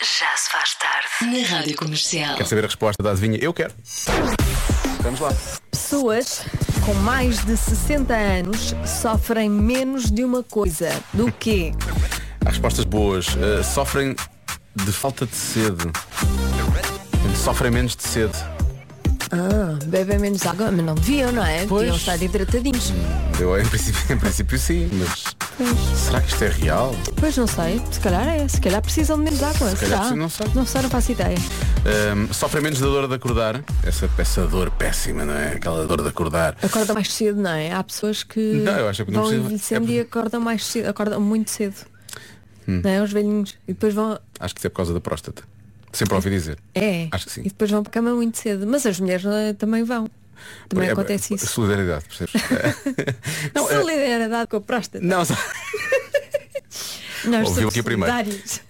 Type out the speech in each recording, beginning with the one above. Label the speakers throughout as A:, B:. A: Já se faz tarde na Rádio Comercial.
B: Quer saber a resposta da adivinha? Eu quero. Vamos lá.
C: Pessoas com mais de 60 anos sofrem menos de uma coisa. Do quê?
B: Há respostas boas. Uh, sofrem de falta de sede. Sofrem menos de sede.
C: Ah, bebem menos água, mas não deviam, não é?
B: Pois.
C: Deviam estar hidratadinhos.
B: Eu, em, princípio, em princípio sim, mas
C: Pois.
B: será que isto é real?
C: Pois não sei, se calhar é, se calhar precisam de menos água.
B: calhar
C: será?
B: precisam, não sei.
C: Não sei, não faço ideia.
B: Um, sofrem menos da dor de acordar. Essa, essa dor péssima, não é? Aquela dor de acordar.
C: Acorda mais cedo, não é? Há pessoas que
B: Não, eu acho que não
C: vão
B: precisa-
C: envelhecendo
B: é- Hum.
C: e acordam mais cedo, acordam muito cedo. Não é? Os velhinhos. E depois vão.
B: Acho que isso é por causa da próstata. Sempre ouvi dizer.
C: É.
B: Acho que sim.
C: E depois vão para a cama muito cedo. Mas as mulheres eh, também vão. Também
B: É-
C: acontece
B: é-
C: isso.
B: Solidariedade, percebes? É. não, é-
C: Solidariedade com a próstata.
B: não, só-
C: Nós
B: ouviu
C: somos
B: aqui primeiro.
C: solidários.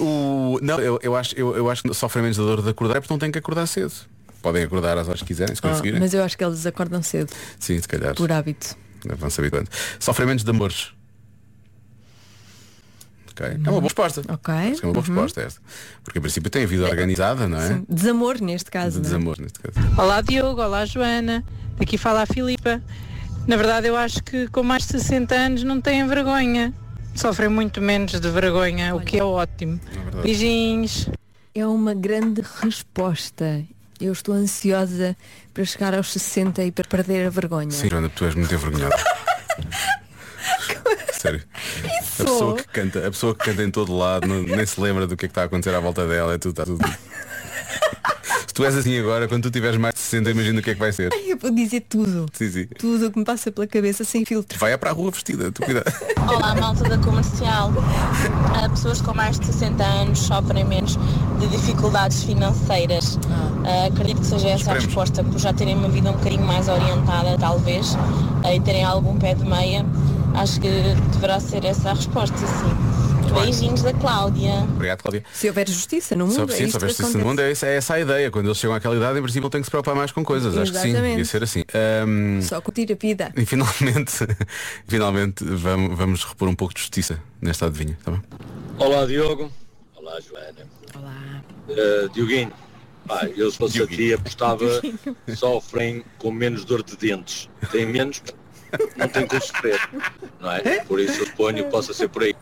B: Um, o, não, eu, eu acho, eu, eu acho que sofrem menos da dor de acordar é porque não têm que acordar cedo. Podem acordar às horas que quiserem, se
C: Ah,
B: conseguirem.
C: mas eu acho que eles acordam cedo,
B: Sim, se calhar.
C: por hábito.
B: Vão se habituando. Sofrem menos de amores. Ok. É uma boa resposta.
C: Uhum. Ok. Uhum.
B: Acho que é uma boa resposta esta. Porque em princípio tem a vida organizada, não é?
C: Sim. Desamor neste
B: De
C: caso. não é?
B: desamor neste caso.
D: Olá Diogo, olá Joana, daqui fala a Filipa. Na verdade eu acho que com mais de 60 anos não têm vergonha. Sofrem muito menos de vergonha, o que é ótimo.
B: verdade.
D: Beijinhos.
C: É uma grande resposta. Eu estou ansiosa para chegar aos 60 e para perder a vergonha.
B: Sim, Joana, tu és muito envergonhada. Sério. A pessoa que canta, a pessoa que canta em todo lado, não- nem se lembra do que é que está a acontecer à volta dela, é tudo, está tudo. se tu és assim agora, quando tu tiveres mais de 60, imagina o que é que vai ser.
C: Eu vou dizer tudo.
B: Sim, sim.
C: Tudo o que me passa pela cabeça sem filtro.
B: Vai é para a rua vestida, tu cuidado.
E: Olá, malta da comercial. Ah, pessoas com mais de 60 anos sofrem menos de dificuldades financeiras. Ah, acredito que seja essa a
B: Esperemos.
E: resposta, por já terem uma vida um bocadinho mais orientada, talvez, ah, e terem algum pé de meia. Acho que deverá ser essa a resposta, sim. Beijinhos da Cláudia.
B: Obrigado, Cláudia.
C: Se houver justiça no mundo,
B: Só,
C: é
B: sim,
C: isto
B: só
C: que
B: vês se
C: acontece.
B: esse mundo é, essa- é essa a ideia. Quando eles chegam àquela idade, em princípio, têm que se preocupar mais com coisas. Acho que sim,
C: Exatamente.
B: devia ser assim. Ahm,
C: Só curtir a vida.
B: e finalmente, finalmente vamos, vamos repor um pouco de justiça nesta adivinha, está bem?
F: Olá Diogo. Olá Joana.
C: Olá.
F: Eh, Dioguinho, pá, eu se fosse a ti apostava sofrem com menos dor de dentes. Tem menos, não tem como sofrer. Não é? Por isso eu suponho que possa ser por aí.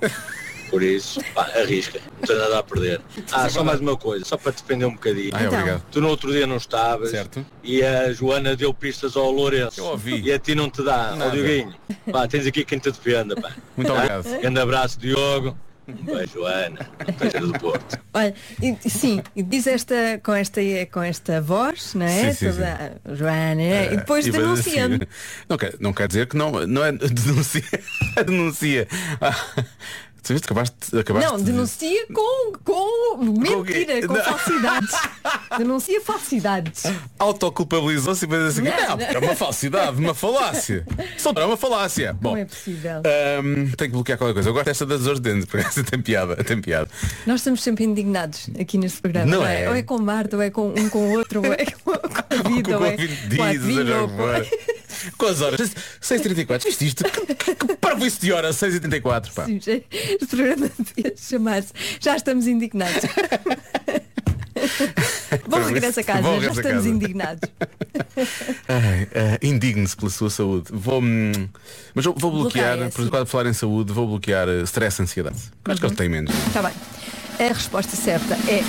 F: Por isso, pá, arrisca. Não tem nada a perder. Ah, só mais uma coisa, só para te defender um bocadinho.
B: Ai,
C: Então.
B: obrigado.
F: Tu no outro dia não estavas
B: Certo.
F: e a Joana deu pistas ao Lourenço.
B: Eu ouvi.
F: E a ti não te dá,
B: Nada.
F: ao Dioguinho. Pá, tens aqui quem te defenda, pá.
B: Muito
F: Tá?
B: obrigado.
F: Grande abraço, Diogo. Um beijo, Joana. Beijo do Porto.
C: Olha, e- e sim, e diz esta com esta com esta voz, não é?
B: Sim, sim, É,
C: Toda- Joana, né? e depois
B: E assim, vai-
C: denuncia-me.
B: sim. Não quer, não quer dizer que não, não é denuncia. denuncia. Ah, tu viste, acabaste, acabaste
C: Não,
B: de-
C: denuncia com, com mentira,
B: quê?
C: com
B: Não.
C: falsidades. denuncia falsidades.
B: autoculpabilizou-se e fez assim. Não, é uma falsidade, uma falácia. Só é uma falácia. Bom,
C: Não é possível.
B: hum, tenho que bloquear qualquer coisa. Eu gosto desta das dores de dentro, porque essa tem piada, tem piada.
C: Nós estamos sempre indignados aqui neste programa.
B: Não
C: não
B: é?
C: Ou é com Marta, ou é com um com o outro, ou é com com a
B: Com
C: vida,
B: o
C: ou é
B: Covid
C: com a
B: diz,
C: adivinha,
B: seja
C: ou é
B: o que
C: com-
B: for. Com as horas. 6h34, viste isto? Que- Que parvo isso de hora, 6h34, pá.
C: Sim, já- Este programa devia chamar-se Já estamos indignados. Bom regresso a casa,
B: Bom
C: já
B: regresso a
C: estamos
B: casa.
C: indignados.
B: Ai, ah, Indigne-se pela sua saúde. Vou, hum, mas vou, vou bloquear,
C: Bloqueia,
B: por
C: sim. Uhum.
B: quando falar em saúde, vou bloquear eh, stress e ansiedade. Acho que eles têm menos.
C: Está Tá bem. A resposta certa é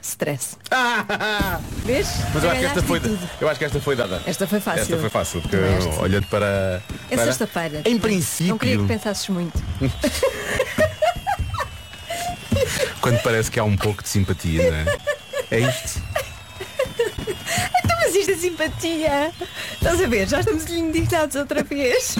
C: stress.
B: Ah,
C: Vês?
B: Mas eu acho,
C: Já
B: que esta
C: ganhaste
B: foi,
C: em tudo.
B: eu acho que esta foi dada.
C: Esta foi fácil.
B: Esta foi fácil, porque
C: Também acho que sim.
B: olhando para.
C: É
B: para-
C: sexta-feira.
B: Em
C: Não queria que
B: princípio,
C: pensasses muito.
B: quando parece que há um pouco de simpatia, não é? É isto.
C: Mas isto é simpatia. Estás a ver? Já estamos indignados outra vez.